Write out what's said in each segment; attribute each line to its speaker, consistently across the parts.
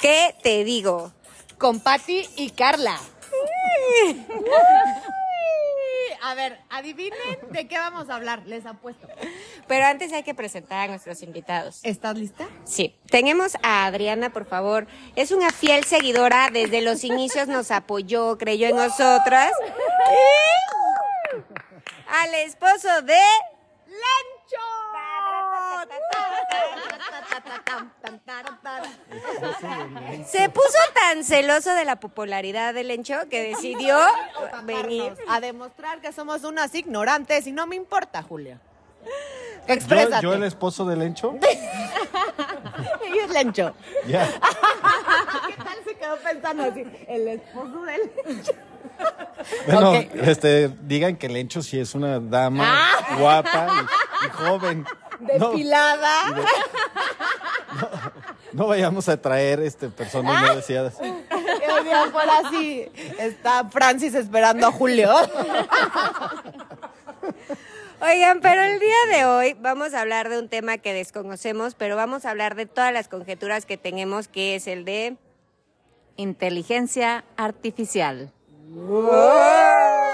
Speaker 1: ¿Qué te digo?
Speaker 2: Con Patti y Carla. A ver, adivinen de qué vamos a hablar, les apuesto.
Speaker 1: Pero antes hay que presentar a nuestros invitados.
Speaker 2: ¿Estás lista?
Speaker 1: Sí, tenemos a Adriana, por favor. Es una fiel seguidora, desde los inicios nos apoyó, creyó en nosotras. Y Al esposo de...
Speaker 2: ¡Lencho!
Speaker 1: Se puso tan celoso de la popularidad del Lencho que decidió venir.
Speaker 2: A demostrar que somos unas ignorantes y no me importa, Julio.
Speaker 3: Yo,
Speaker 2: Exprésate.
Speaker 3: yo el esposo del Lencho.
Speaker 2: Y es Lencho.
Speaker 3: Ya.
Speaker 2: ¿Qué tal se quedó pensando así? El esposo del Lencho.
Speaker 3: Bueno,
Speaker 2: Ok.
Speaker 3: este, digan que Lencho sí es una dama
Speaker 2: Ah.
Speaker 3: guapa y, y joven. No,
Speaker 2: Depilada.
Speaker 3: no vayamos a traer este, personas
Speaker 2: Ah.
Speaker 3: no deseadas.
Speaker 2: Y hoy día por así. Está Francis esperando a Julio.
Speaker 1: Oigan, pero el día de hoy vamos a hablar de un tema que desconocemos, pero vamos a hablar de todas las conjeturas que tenemos, que es el de...
Speaker 4: Inteligencia artificial.
Speaker 2: Ahora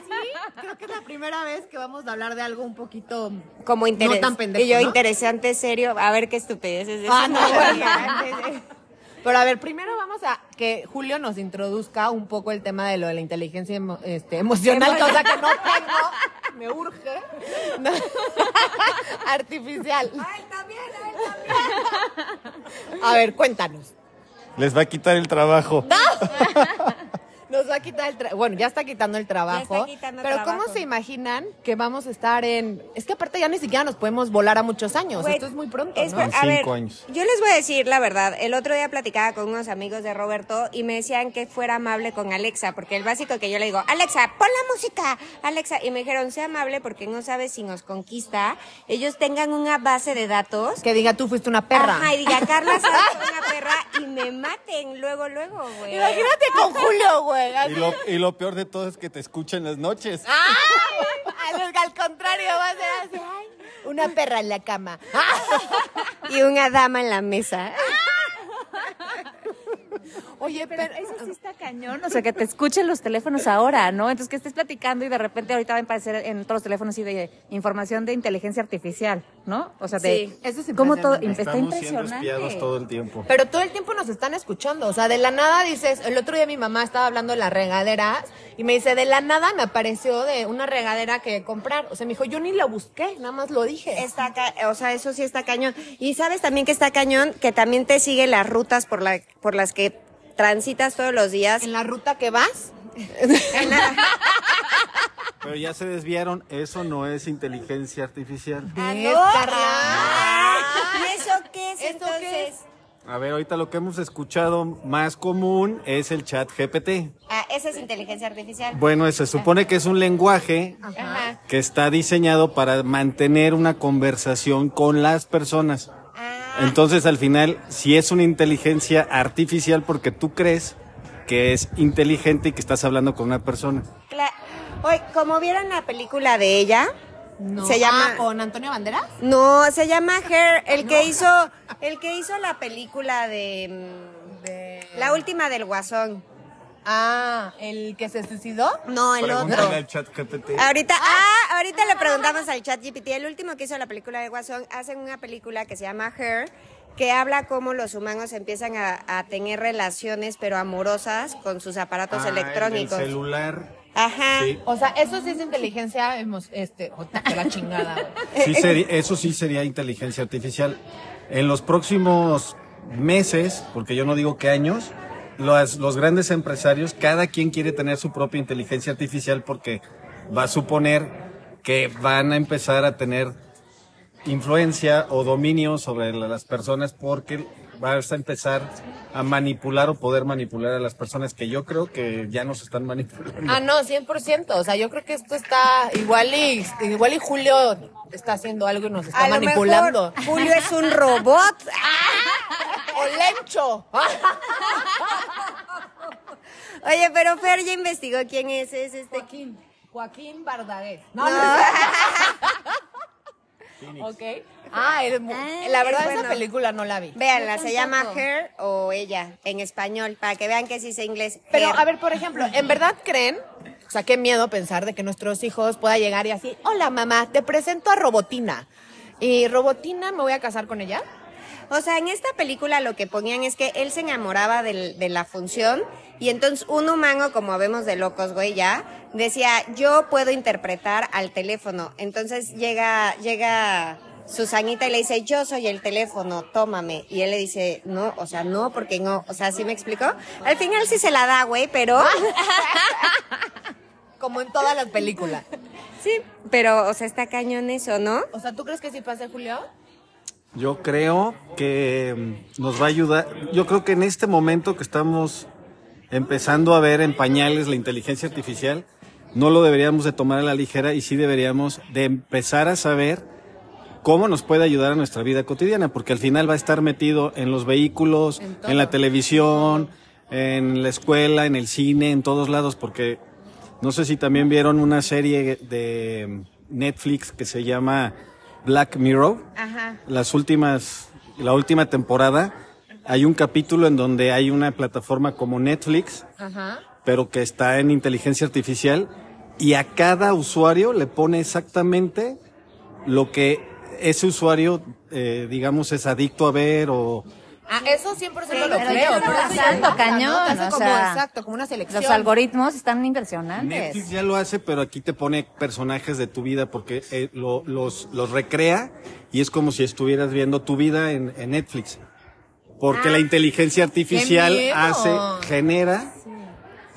Speaker 2: sí, creo que es la primera vez que vamos a hablar de algo un poquito.
Speaker 1: Como interes-
Speaker 2: No tan pendejo,
Speaker 1: y yo
Speaker 2: ¿no?
Speaker 1: interesante, serio. A ver qué estupidez es eso.
Speaker 2: Ah, no, güey. Pero a ver, primero vamos a que Julio nos introduzca un poco el tema de lo de la inteligencia emo- este, emocional, cosa que no tengo, me urge. No. Artificial. A ver, cuéntanos.
Speaker 3: Les va a quitar el trabajo.
Speaker 2: Nos va a quitar el trabajo. Bueno, ya está quitando el trabajo.
Speaker 1: Ya está quitando
Speaker 2: pero
Speaker 1: trabajo.
Speaker 2: ¿cómo se imaginan que vamos a estar en.? Es que aparte ya ni siquiera nos podemos volar a muchos
Speaker 1: Güey,
Speaker 2: años. Pues Esto es muy pronto.
Speaker 1: Pues, es-
Speaker 2: ¿no?
Speaker 1: a
Speaker 3: En cinco
Speaker 1: ver,
Speaker 3: años.
Speaker 1: Yo les voy a decir la verdad. El otro día platicaba con unos amigos de Roberto y me decían que fuera amable con Alexa, porque el básico que yo le digo, Alexa, pon la música, Alexa. Y me dijeron, sea amable porque no sabes si nos conquista. Ellos tengan una base de datos.
Speaker 2: Que diga tú fuiste una perra.
Speaker 1: Ajá, y diga, Carla, sabes que es una perra y me maten luego, luego, güey.
Speaker 2: Imagínate con Julio, güey.
Speaker 3: Y lo, y lo peor de todo es que te escuchan las noches.
Speaker 2: Ah. Al, al contrario, va a ser así. ay, Una perra en la cama.
Speaker 1: Y una dama en la mesa.
Speaker 2: Oye, pero
Speaker 4: Eso sí está cañón. O sea, que te escuchen los teléfonos ahora, ¿no? Entonces, que estés platicando y de repente ahorita va a aparecer en todos los teléfonos y de información de inteligencia artificial, ¿no? O sea, de
Speaker 1: Sí,
Speaker 2: eso es
Speaker 4: cómo todo
Speaker 2: impresionante.
Speaker 4: está impresionante.
Speaker 3: el tiempo.
Speaker 2: Pero todo el tiempo nos están escuchando. O sea, de la nada dices. El otro día mi mamá estaba hablando de las regaderas y me dice: De la nada me apareció de una regadera que comprar. O sea, me dijo: Yo ni la busqué, nada más lo dije.
Speaker 1: Está ca- o sea, eso sí está cañón. Y sabes también que está cañón, que también te sigue las rutas por, la, por las que transitas todos los días.
Speaker 2: En la ruta que vas,
Speaker 3: Pero ya se desviaron, eso no es inteligencia artificial.
Speaker 2: ¿Ves, Carla?
Speaker 1: Ah, ¿Y eso qué es
Speaker 2: ¿Eso
Speaker 1: entonces?
Speaker 2: qué es?
Speaker 3: A ver, ahorita lo que hemos escuchado más común es el chat GPT.
Speaker 1: Ah, esa es inteligencia artificial.
Speaker 3: Bueno, se supone que es un lenguaje
Speaker 1: Ajá.
Speaker 3: que está diseñado para mantener una conversación con las personas.
Speaker 1: Ah,
Speaker 3: Entonces, al final, si es una inteligencia artificial porque tú crees que es inteligente y que estás hablando con una persona.
Speaker 1: Cla- Oye, como vieron la película de ella,
Speaker 2: No.
Speaker 1: se llama
Speaker 2: Ah, con Antonio Banderas.
Speaker 1: No, se llama Her, el que hizo el que hizo la película de, mm, la última del Guasón.
Speaker 2: Ah, el que se suicidó.
Speaker 1: No, el otro.
Speaker 3: chat GPT.
Speaker 1: Ahorita, ah, ahorita le preguntamos al chat GPT, el último que hizo la película de Guasón, hacen una película que se llama Her, que habla cómo los humanos empiezan a, a tener relaciones, pero amorosas, con sus aparatos electrónicos.
Speaker 3: Ah,
Speaker 1: Ah.
Speaker 3: celular.
Speaker 1: Ajá.
Speaker 3: Sí.
Speaker 2: O sea, eso sí es inteligencia, hemos- este, jota, que la chingada. güey.
Speaker 3: Sí seri- eso sí sería inteligencia artificial. En los próximos meses, porque yo no digo qué años, las- los grandes empresarios, cada quien quiere tener su propia inteligencia artificial porque va a suponer que van a empezar a tener influencia o dominio sobre la- las personas porque vas a empezar a manipular o poder manipular a las personas que yo creo que ya nos están manipulando.
Speaker 2: Ah, no, 100%. O sea, yo creo que esto está igual y, igual y Julio está haciendo algo y nos está
Speaker 1: A lo
Speaker 2: manipulando.
Speaker 1: mejor Julio es un robot.
Speaker 2: O Lencho.
Speaker 1: Oye, pero Fer ya investigó quién es, es este
Speaker 2: Joaquín. Joaquín Bardagués. No, no. Ah. Ok. Ah, el mu-
Speaker 1: Ah,
Speaker 2: la verdad,
Speaker 1: es
Speaker 2: esa
Speaker 1: bueno.
Speaker 2: película no la vi.
Speaker 1: Véanla, se llama
Speaker 4: tampoco.
Speaker 1: Her o Ella en español, para que vean que sí sé inglés.
Speaker 2: Pero,
Speaker 1: Her.
Speaker 2: a ver, por ejemplo, ¿en verdad creen? O sea, qué miedo pensar de que nuestros hijos pueda llegar y así, hola mamá, te presento a Robotina. Y Robotina, ¿me voy a casar con ella?
Speaker 1: O sea, en esta película lo que ponían es que él se enamoraba del- de la función y entonces un humano, como vemos de locos, güey, ya, decía, yo puedo interpretar al teléfono. Entonces llega, llega Susanita y le dice, yo soy el teléfono, tómame. Y él le dice, no, o sea, no, porque no. O sea, ¿sí me explicó? Al final sí se la da, güey, pero...
Speaker 2: Como en todas las películas.
Speaker 1: Sí, pero, o sea, está cañón eso, ¿no?
Speaker 2: O sea, ¿tú crees que sí pase, Julio?
Speaker 3: Yo creo que mm, nos va a ayudar. Yo creo que en este momento que estamos empezando a ver en pañales la inteligencia artificial, no lo deberíamos de tomar a la ligera y sí deberíamos de empezar a saber cómo nos puede ayudar a nuestra vida cotidiana, porque al final va a estar metido en los vehículos, en, la televisión, en la escuela, en el cine, en todos lados, porque no sé si también vieron una serie de Netflix que se llama Black Mirror
Speaker 1: Ajá.
Speaker 3: las últimas, la última temporada, hay un capítulo en donde hay una plataforma como Netflix,
Speaker 2: Ajá.
Speaker 3: pero que está en inteligencia artificial, y a cada usuario le pone exactamente lo que ese usuario, eh, digamos, es adicto a ver o...
Speaker 2: Ah, eso 100% lo creo.
Speaker 4: pero ya está
Speaker 2: por eso ya
Speaker 4: pasando,
Speaker 2: lo sacan,
Speaker 4: cañón,
Speaker 2: ¿no? Te hacen
Speaker 4: o
Speaker 2: como,
Speaker 4: sea,
Speaker 2: exacto, como una selección.
Speaker 4: Los algoritmos están impresionantes.
Speaker 3: Netflix ya lo hace, pero aquí te pone personajes de tu vida porque eh, lo- los, los recrea y es como si estuvieras viendo tu vida en, en Netflix. Porque
Speaker 4: Ah,
Speaker 3: la inteligencia artificial
Speaker 2: ¡Qué miedo!
Speaker 3: hace, genera,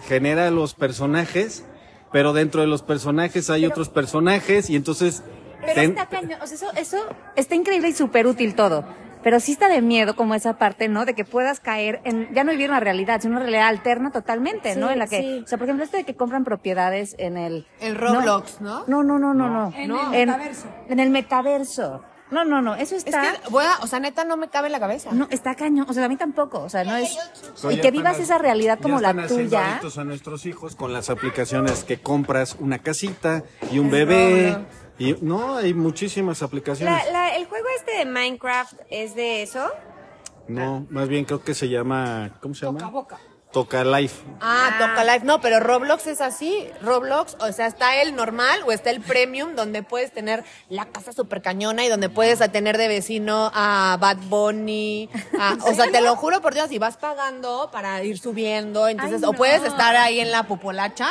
Speaker 3: genera los personajes, pero dentro de los personajes hay otros personajes y entonces...
Speaker 4: Pero
Speaker 3: ten-
Speaker 4: está cañón, o sea, eso, eso está increíble y súper útil todo. Pero sí está de miedo como esa parte, ¿no? De que puedas caer en, ya no vivir una realidad, sino una realidad alterna totalmente, ¿no?
Speaker 1: Sí,
Speaker 4: En la que,
Speaker 1: sí.
Speaker 4: o sea, por ejemplo, esto de que compran propiedades en el...
Speaker 2: En Roblox, ¿no?
Speaker 4: No, no, no, no, no.
Speaker 5: En
Speaker 4: no.
Speaker 5: el metaverso.
Speaker 4: En el metaverso. No, no, no, eso
Speaker 2: Es
Speaker 4: está...
Speaker 2: que, voy a, o sea, neta, no me cabe en la cabeza.
Speaker 4: No, está cañón, o sea, a mí tampoco, o sea, no es...
Speaker 3: Pero
Speaker 4: Y
Speaker 3: ya
Speaker 4: que
Speaker 3: están
Speaker 4: vivas
Speaker 3: hac-
Speaker 4: esa realidad
Speaker 3: ya
Speaker 4: como la
Speaker 3: están haciendo
Speaker 4: tuya.
Speaker 3: adictos a nuestros hijos con las aplicaciones que compras una casita y un bebé. Y, no, hay muchísimas aplicaciones.
Speaker 1: La- la- el juego este de Minecraft es de eso.
Speaker 3: No, más bien creo que se llama, ¿cómo se llama?
Speaker 5: Boca a boca.
Speaker 3: Toca Life.
Speaker 2: Ah, Toca Life. No, pero Roblox es así. Roblox, o sea, está el normal o está el premium, donde puedes tener la casa super cañona y donde puedes tener de vecino a Bad Bunny. a- o sea, te lo juro por Dios, y vas pagando para ir subiendo. Entonces,
Speaker 4: Ay,
Speaker 2: o puedes
Speaker 4: no.
Speaker 2: estar ahí en la popolacha,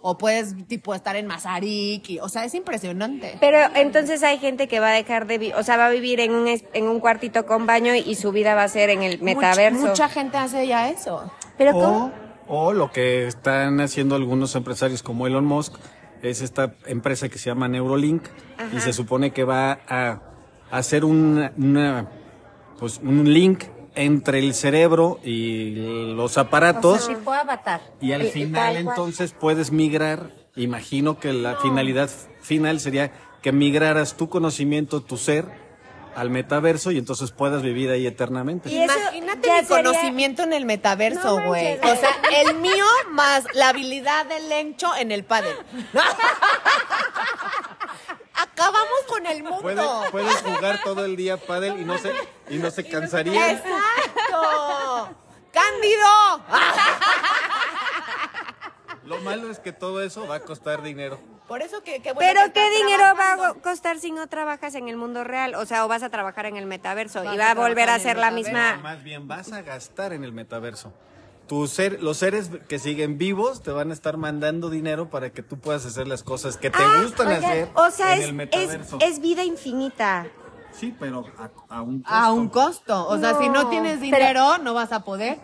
Speaker 2: o puedes, tipo, estar en Mazarik. y- o sea, es impresionante.
Speaker 1: Pero entonces hay gente que va a dejar de vivir, o sea, va a vivir en un, es- en un cuartito con baño y, y su vida va a ser en el metaverso.
Speaker 2: Mucha, mucha gente hace ya eso.
Speaker 4: Pero
Speaker 3: O,
Speaker 4: ¿cómo?
Speaker 3: o lo que están haciendo algunos empresarios como Elon Musk es esta empresa que se llama Neurolink y se supone que va a hacer un, una- pues, un link entre el cerebro y los
Speaker 4: O
Speaker 3: aparatos
Speaker 4: sea, tipo avatar.
Speaker 3: y al
Speaker 1: y- y
Speaker 3: final
Speaker 1: tal cual.
Speaker 3: entonces puedes migrar. Imagino que la finalidad final sería que migraras tu conocimiento, tu ser al metaverso y entonces puedas vivir ahí eternamente.
Speaker 1: Y eso
Speaker 2: Imagínate
Speaker 1: ya
Speaker 2: mi
Speaker 1: sería-
Speaker 2: conocimiento en el
Speaker 1: No
Speaker 2: metaverso,
Speaker 1: manches,
Speaker 2: güey.
Speaker 1: güey.
Speaker 2: o sea, el mío más la habilidad del encho en el pádel. Acabamos con el mundo.
Speaker 3: Puede- puedes jugar todo el día pádel y no se y no se cansarían.
Speaker 2: Exacto. Cándido. Ah,
Speaker 3: Lo malo es que todo eso va a costar dinero.
Speaker 2: Por eso que, que bueno
Speaker 1: Pero
Speaker 2: que
Speaker 1: qué
Speaker 2: estás
Speaker 1: dinero va a
Speaker 2: trabajando.
Speaker 1: costar si no trabajas en el mundo real, o sea, o vas a trabajar en el metaverso
Speaker 2: Vas
Speaker 1: y
Speaker 2: a
Speaker 1: va a volver a
Speaker 2: trabajar en
Speaker 1: ser
Speaker 2: el
Speaker 1: la
Speaker 2: metaverso.
Speaker 1: misma.
Speaker 3: Más bien vas a gastar en el metaverso. Tu ser, los seres que siguen vivos te van a estar mandando dinero para que tú puedas hacer las cosas que te
Speaker 1: Ah,
Speaker 3: gustan
Speaker 1: oigan,
Speaker 3: hacer
Speaker 1: o sea, es,
Speaker 3: en el
Speaker 1: es,
Speaker 3: metaverso.
Speaker 1: es vida infinita.
Speaker 3: Sí, pero a, a un costo.
Speaker 2: A un costo. O sea, si no
Speaker 1: No.
Speaker 2: tienes dinero, no vas a poder.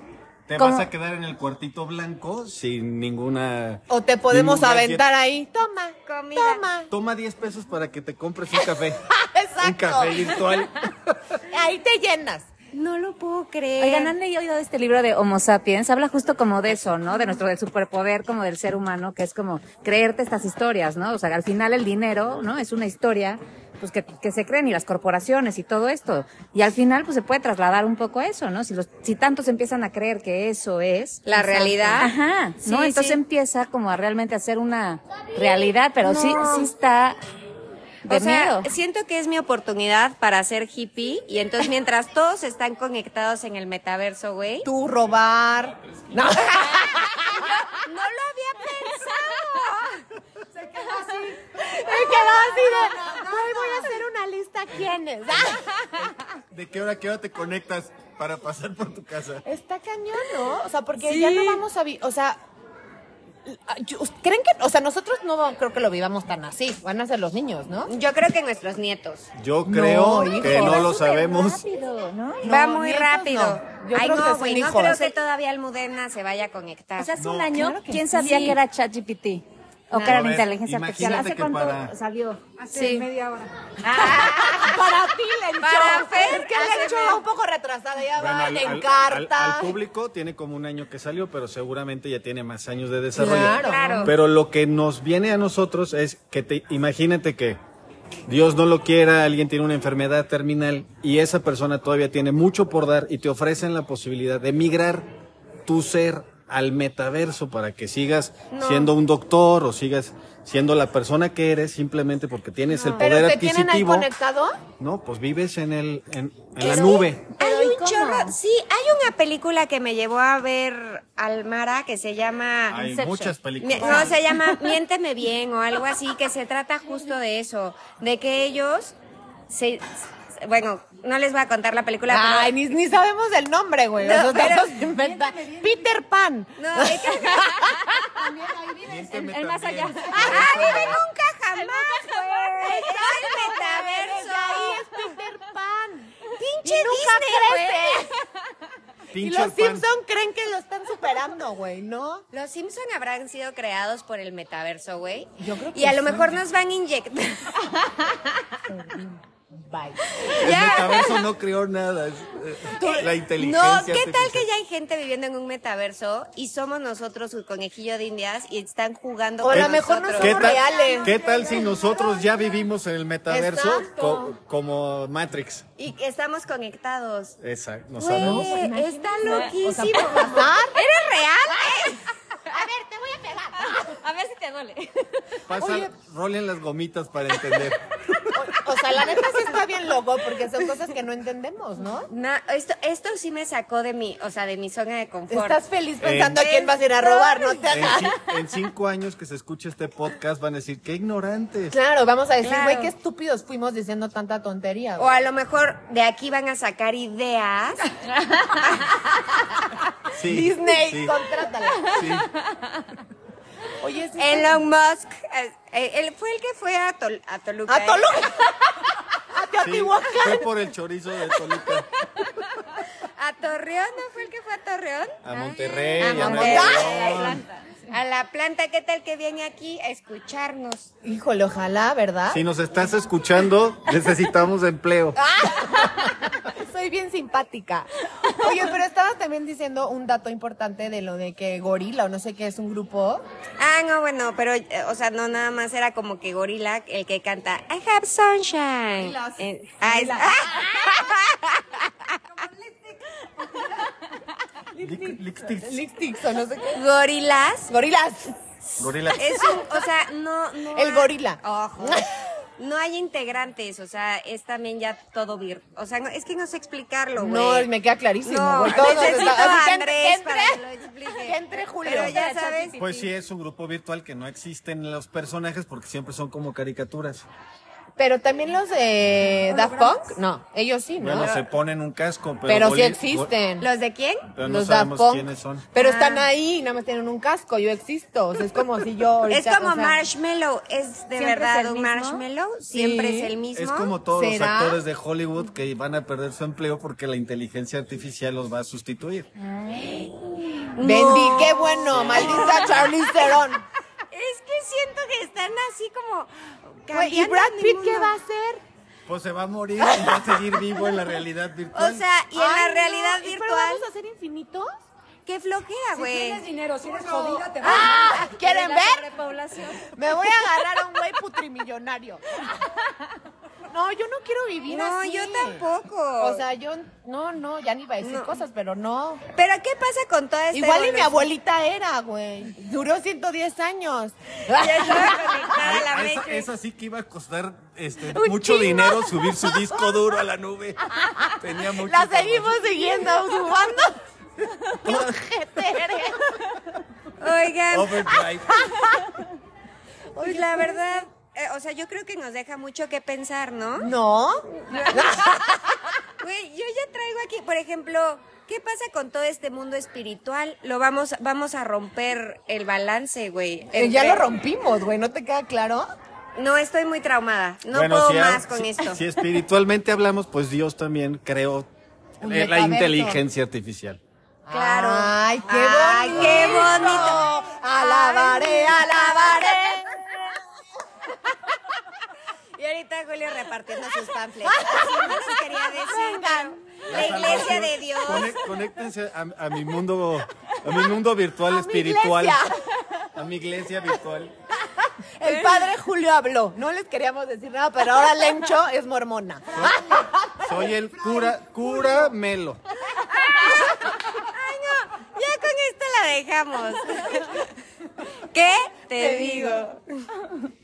Speaker 3: Te
Speaker 4: ¿Cómo?
Speaker 3: vas a quedar en el cuartito blanco sin ninguna
Speaker 2: O te podemos
Speaker 3: ningún
Speaker 2: aventar
Speaker 3: gadget.
Speaker 2: ahí. Toma.
Speaker 1: Comida.
Speaker 2: Toma.
Speaker 3: Toma 10 pesos para que te compres un café. Un
Speaker 2: Exacto.
Speaker 3: café virtual.
Speaker 2: Ahí te llenas.
Speaker 1: No lo puedo creer.
Speaker 4: Oigan, han leído oído este libro de Homo Sapiens, habla justo como de eso, ¿no? De nuestro del superpoder como del ser humano, que es como creerte estas historias, ¿no? O sea, al final el dinero, ¿no? Es una historia pues que, que se creen y las corporaciones y todo esto. Y al final pues se puede trasladar un poco a eso, ¿no? Si los si tantos empiezan a creer que eso es
Speaker 1: La
Speaker 4: Exacto.
Speaker 1: realidad.
Speaker 4: Ajá.
Speaker 1: Sí,
Speaker 4: no, entonces
Speaker 1: sí.
Speaker 4: empieza como a realmente hacer una realidad, pero sí sí está De
Speaker 1: o sea,
Speaker 4: miedo.
Speaker 1: siento que es mi oportunidad para ser hippie y entonces mientras todos están conectados en el metaverso, güey.
Speaker 2: Tú robar. No.
Speaker 1: No lo había pensado.
Speaker 2: Me quedó así de. "Ay, voy a hacer una lista quiénes.
Speaker 3: ¿De qué hora a qué hora te conectas para pasar por tu casa?
Speaker 2: Está cañón, ¿no? O sea, porque ya no vamos a. vi- o sea. yo- ¿Creen que.? O sea, nosotros no creo que lo vivamos tan así. Van a ser los niños, ¿no?
Speaker 1: Yo creo que nuestros nietos.
Speaker 3: Yo creo
Speaker 2: hijo.
Speaker 3: que no
Speaker 2: Va
Speaker 3: lo
Speaker 4: súper
Speaker 3: sabemos.
Speaker 4: rápido, ¿no?
Speaker 2: No,
Speaker 1: Va muy
Speaker 2: nietos
Speaker 1: rápido.
Speaker 2: no. Yo
Speaker 1: Ay,
Speaker 2: creo que
Speaker 1: no,
Speaker 2: son
Speaker 1: güey, no
Speaker 2: hijos.
Speaker 1: creo que todavía Almudena se vaya a conectar.
Speaker 4: O sea, hace
Speaker 3: No,
Speaker 4: un año,
Speaker 2: claro que
Speaker 4: ¿quién sabía
Speaker 2: sí.
Speaker 4: que era ChatGPT? O
Speaker 1: No.
Speaker 4: que era
Speaker 3: A
Speaker 4: la
Speaker 3: ver,
Speaker 4: inteligencia artificial.
Speaker 3: imagínate
Speaker 4: ¿Hace
Speaker 3: que
Speaker 4: cuánto
Speaker 3: para-
Speaker 4: salió?
Speaker 5: Hace
Speaker 2: Sí.
Speaker 5: media hora.
Speaker 2: Para ti, Lencho.
Speaker 1: Para Fer,
Speaker 2: Es que Lencho
Speaker 1: hace-
Speaker 2: va un poco retrasada. Ya
Speaker 3: Bueno,
Speaker 2: va
Speaker 3: al-
Speaker 2: en
Speaker 3: al-
Speaker 2: carta.
Speaker 3: al- al público tiene como un año que salió, pero seguramente ya tiene más años de desarrollo.
Speaker 1: Claro.
Speaker 3: Pero lo que nos viene a nosotros es que te, imagínate que Dios no lo quiera, alguien tiene una enfermedad terminal y esa persona todavía tiene mucho por dar y te ofrecen la posibilidad de migrar tu ser al metaverso para que sigas siendo un doctor o sigas siendo la persona que eres simplemente porque tienes el poder
Speaker 2: Pero te tienen ahí
Speaker 3: adquisitivo.
Speaker 2: conectado.
Speaker 3: No, pues vives en el en, en la
Speaker 1: Es que
Speaker 3: nube.
Speaker 1: Hay
Speaker 4: Pero, ¿y
Speaker 1: un
Speaker 4: cómo?
Speaker 1: chorro. Sí, hay una película que me llevó a ver Almara que se llama.
Speaker 3: Hay
Speaker 4: Inception.
Speaker 3: muchas
Speaker 1: Mi-
Speaker 3: películas.
Speaker 1: No, se llama Miénteme Bien o algo así, que se trata justo de eso, de que ellos se... se- Bueno, no les voy a contar la película, pero-
Speaker 2: Ay, ni, ni sabemos el nombre, güey.
Speaker 1: No,
Speaker 2: O sea,
Speaker 1: pero-
Speaker 2: todos se inventan. Peter Pan.
Speaker 1: No, es que...
Speaker 4: El más allá.
Speaker 1: ¡Ah, vive nunca jamás, güey! ¡Es el metaverso!
Speaker 2: Ahí es Peter Pan.
Speaker 1: ¡Pinche
Speaker 2: Y nunca
Speaker 1: Disney, güey.
Speaker 2: crece. Y
Speaker 3: Pinche
Speaker 2: los
Speaker 3: pan.
Speaker 2: Simpson creen que lo están superando, güey, ¿no?
Speaker 1: Los Simpson habrán sido creados por el metaverso, güey.
Speaker 2: Yo creo que
Speaker 1: Y a lo
Speaker 2: sí.
Speaker 1: mejor nos van a inyectar.
Speaker 2: Bye.
Speaker 3: El metaverso no creó nada. es, eh, La inteligencia.
Speaker 1: No, ¿qué tal que
Speaker 3: artificial.
Speaker 1: ya hay gente viviendo en un metaverso y somos nosotros su conejillo de indias y están jugando
Speaker 2: O
Speaker 1: con
Speaker 2: a lo mejor no
Speaker 1: nosotros?
Speaker 3: ¿Qué
Speaker 2: somos
Speaker 3: tal,
Speaker 2: reales.
Speaker 3: ¿Qué tal si nosotros ya vivimos en el metaverso
Speaker 2: Exacto.
Speaker 3: co- como Matrix?
Speaker 1: Y que estamos conectados.
Speaker 3: Exacto, no sabemos.
Speaker 1: Güey, está loquísimo.
Speaker 2: ¿Eres
Speaker 4: A ver si te duele.
Speaker 3: Pasa,
Speaker 2: Oye.
Speaker 3: rolen las gomitas para entender.
Speaker 2: O, o sea, la neta sí está bien loco porque son cosas que no entendemos, ¿no?
Speaker 1: Na- esto, esto sí me sacó de mi, o sea, de mi zona de confort.
Speaker 2: Estás feliz pensando
Speaker 3: Eh,
Speaker 2: a quién vas a ir a robar, no te
Speaker 3: En,
Speaker 2: hagas.
Speaker 3: ci- en cinco años que se escuche este podcast van a decir, qué ignorantes.
Speaker 2: Claro, vamos a decir,
Speaker 1: Claro.
Speaker 2: güey, qué estúpidos fuimos diciendo tanta tontería.
Speaker 1: O
Speaker 2: güey.
Speaker 1: a lo mejor de aquí van a sacar ideas.
Speaker 3: Sí,
Speaker 2: Disney,
Speaker 3: sí,
Speaker 2: contrátala.
Speaker 3: sí.
Speaker 2: Oye, sí.
Speaker 1: Elon Musk, eh, eh, él fue el que fue a, Tol- a Toluca.
Speaker 2: A
Speaker 1: ¿eh?
Speaker 2: Toluca. A
Speaker 3: Sí,
Speaker 2: Teotihuacán.
Speaker 3: Fue por el chorizo de Toluca
Speaker 1: A Torreón, ¿no fue el que fue a Torreón?
Speaker 3: a
Speaker 2: Eh,
Speaker 3: Monterrey.
Speaker 1: a
Speaker 3: y
Speaker 1: Monterrey.
Speaker 3: Nuevo León.
Speaker 1: A la planta, ¿qué tal que viene aquí a escucharnos?
Speaker 2: Híjole, ojalá, ¿verdad?
Speaker 3: Si nos estás escuchando, necesitamos empleo.
Speaker 2: Ah, Soy bien simpática. Oye, pero estabas también diciendo un dato importante de lo de que Gorila o no sé qué es un grupo.
Speaker 1: Ah, no, bueno, pero, eh, o sea, no, nada más era como que Gorila el que canta I have sunshine. Eh, ah, es-
Speaker 2: Lixtix o no sé qué.
Speaker 1: ah, Gorilas
Speaker 2: Gorilas.
Speaker 3: Gorila.
Speaker 1: es un, o sea, no, no
Speaker 2: El
Speaker 1: hay-
Speaker 2: gorila.
Speaker 1: Ojo. No hay integrantes, o sea, es también ya todo vir, o sea, no- es que no sé explicarlo, güey.
Speaker 2: No, me queda clarísimo.
Speaker 1: No,
Speaker 2: güey. Todos nos
Speaker 1: necesito
Speaker 2: está- así
Speaker 1: a
Speaker 2: que
Speaker 1: Andrés
Speaker 2: entre-
Speaker 1: para que lo explique.
Speaker 2: que entre Julio.
Speaker 1: Pero ya
Speaker 2: Entre
Speaker 1: sabes,
Speaker 3: Pues sí, es un grupo virtual que no existen los personajes porque siempre son como caricaturas.
Speaker 2: Pero también los de Daft Punk, no, ellos sí, ¿no?
Speaker 3: Bueno, se ponen un casco, pero...
Speaker 2: pero sí
Speaker 3: Goli-
Speaker 2: existen.
Speaker 1: ¿los de quién?
Speaker 3: Pero no
Speaker 2: los
Speaker 3: sabemos
Speaker 2: Daft Punk.
Speaker 3: quiénes son.
Speaker 2: Pero
Speaker 1: Ah.
Speaker 2: están ahí, nada más tienen un casco, yo existo. O sea, es como si yo
Speaker 1: Es
Speaker 2: ahorita,
Speaker 1: como
Speaker 2: o sea,
Speaker 1: marshmallow, es de
Speaker 4: ¿Siempre
Speaker 1: verdad
Speaker 4: es el
Speaker 1: un
Speaker 4: mismo?
Speaker 1: marshmallow, siempre es el mismo.
Speaker 3: Es como todos los
Speaker 2: ¿Será?
Speaker 3: actores de Hollywood que van a perder su empleo porque la inteligencia artificial los va a sustituir.
Speaker 2: Bendy, qué bueno, maldita Charlize Theron.
Speaker 1: Es que siento que están así como
Speaker 2: Güey, ¿Y
Speaker 1: cambiando
Speaker 2: Brad
Speaker 1: el
Speaker 2: Pitt qué
Speaker 1: mundo.
Speaker 2: va a hacer?
Speaker 3: Pues se va a morir y va a seguir vivo en la realidad virtual.
Speaker 1: O sea, y en
Speaker 2: Ay,
Speaker 1: la
Speaker 2: no,
Speaker 1: realidad
Speaker 2: ¿y ¿Pero
Speaker 1: virtual,
Speaker 2: vamos a ser infinitos?
Speaker 1: qué flojea,
Speaker 5: Si tienes
Speaker 1: güey.
Speaker 5: dinero, si eres jodida, te vas
Speaker 2: ¡Ah! ¿Quieren
Speaker 4: La
Speaker 2: ver?
Speaker 4: sobrepoblación.
Speaker 2: Me voy a agarrar a un güey putrimillonario. No, yo no quiero vivir
Speaker 1: No,
Speaker 2: así.
Speaker 1: yo tampoco.
Speaker 2: O sea, yo, no, no, ya ni iba a decir
Speaker 1: No.
Speaker 2: cosas, pero no.
Speaker 1: Pero ¿qué pasa con toda esta
Speaker 2: Igual y mi
Speaker 1: evolución?
Speaker 2: abuelita era, güey. Duró 110 años.
Speaker 1: Ya estaba conectada a la
Speaker 3: Ah, esa,
Speaker 1: Matrix.
Speaker 3: esa sí que iba a costar este,
Speaker 2: Un
Speaker 3: mucho
Speaker 2: chingo.
Speaker 3: dinero subir su disco duro a la nube. Tenía mucho
Speaker 2: La
Speaker 3: trabajo.
Speaker 2: seguimos siguiendo, jugando. ¡Qué ojete eres!
Speaker 1: Oigan,
Speaker 3: Overdrive.
Speaker 1: Ah, pues la verdad, eh, o sea, yo creo que nos deja mucho que pensar, ¿no?
Speaker 2: No.
Speaker 1: Güey, yo ya traigo aquí, por ejemplo, ¿qué pasa con todo este mundo espiritual? Lo vamos, vamos a romper el balance, güey.
Speaker 2: ya
Speaker 1: Entre-
Speaker 2: lo rompimos, güey. ¿No te queda claro?
Speaker 1: No, estoy muy traumada. No
Speaker 3: Bueno,
Speaker 1: puedo
Speaker 3: si a-
Speaker 1: más con
Speaker 3: si-
Speaker 1: esto.
Speaker 3: Si espiritualmente hablamos, pues Dios también creó
Speaker 2: Un
Speaker 3: la
Speaker 2: metaverso.
Speaker 3: inteligencia artificial.
Speaker 1: Claro.
Speaker 2: Ay, qué bonito.
Speaker 1: Ay, qué bonito.
Speaker 2: Alabaré, alabaré.
Speaker 1: Y ahorita Julio repartiendo sus panfletos. Así no los quería decir, pero la iglesia de Dios.
Speaker 3: Conec- conéctense a, a mi mundo, a mi mundo virtual espiritual.
Speaker 2: iglesia.
Speaker 3: A mi iglesia virtual.
Speaker 2: El padre Julio habló. No les queríamos decir nada, pero ahora Lencho es mormona.
Speaker 3: Soy el cura, cura Melo.
Speaker 1: Ya con esto la dejamos. ¿Qué? Te digo.